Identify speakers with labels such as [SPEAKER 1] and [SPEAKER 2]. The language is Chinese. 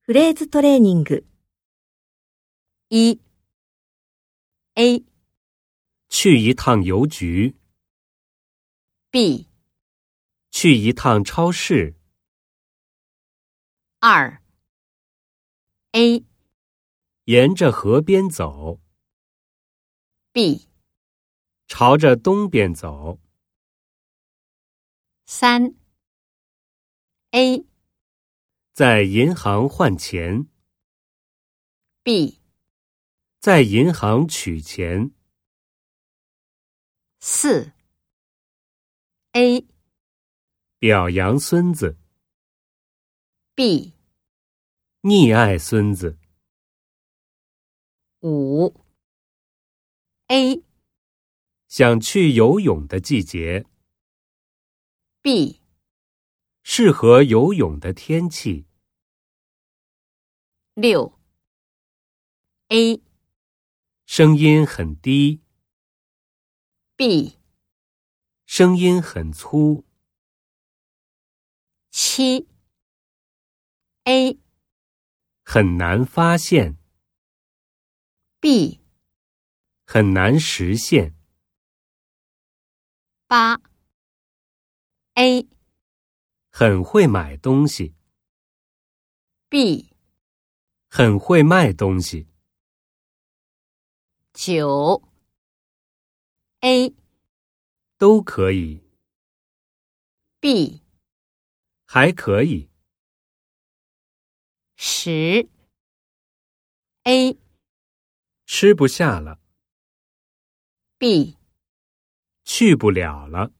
[SPEAKER 1] フレーズトレーニング。一 A、
[SPEAKER 2] 去一趟邮局，
[SPEAKER 3] B
[SPEAKER 2] 去一趟超市，
[SPEAKER 3] 二 A
[SPEAKER 2] 沿着河边走，
[SPEAKER 3] B
[SPEAKER 2] 朝着东边走，
[SPEAKER 3] 三 A
[SPEAKER 2] 在银行换钱，
[SPEAKER 3] B
[SPEAKER 2] 在银行取钱，
[SPEAKER 3] 四 A
[SPEAKER 2] 表扬孙子，
[SPEAKER 3] B
[SPEAKER 2] 溺爱孙子，
[SPEAKER 3] 五 A
[SPEAKER 2] 想去游泳的季节，
[SPEAKER 3] B
[SPEAKER 2] 适合游泳的天气，
[SPEAKER 3] 六 A
[SPEAKER 2] 声音很低，
[SPEAKER 3] B
[SPEAKER 2] 声音很粗，
[SPEAKER 3] 七 A
[SPEAKER 2] 很难发现，
[SPEAKER 3] B
[SPEAKER 2] 很难实现，
[SPEAKER 3] 八 A
[SPEAKER 2] 很会买东西，
[SPEAKER 3] B
[SPEAKER 2] 很会卖东西，
[SPEAKER 3] 九 A
[SPEAKER 2] 都可以，
[SPEAKER 3] B
[SPEAKER 2] 还可以。
[SPEAKER 3] 十 A
[SPEAKER 2] 吃不下了，
[SPEAKER 3] B
[SPEAKER 2] 去不了了。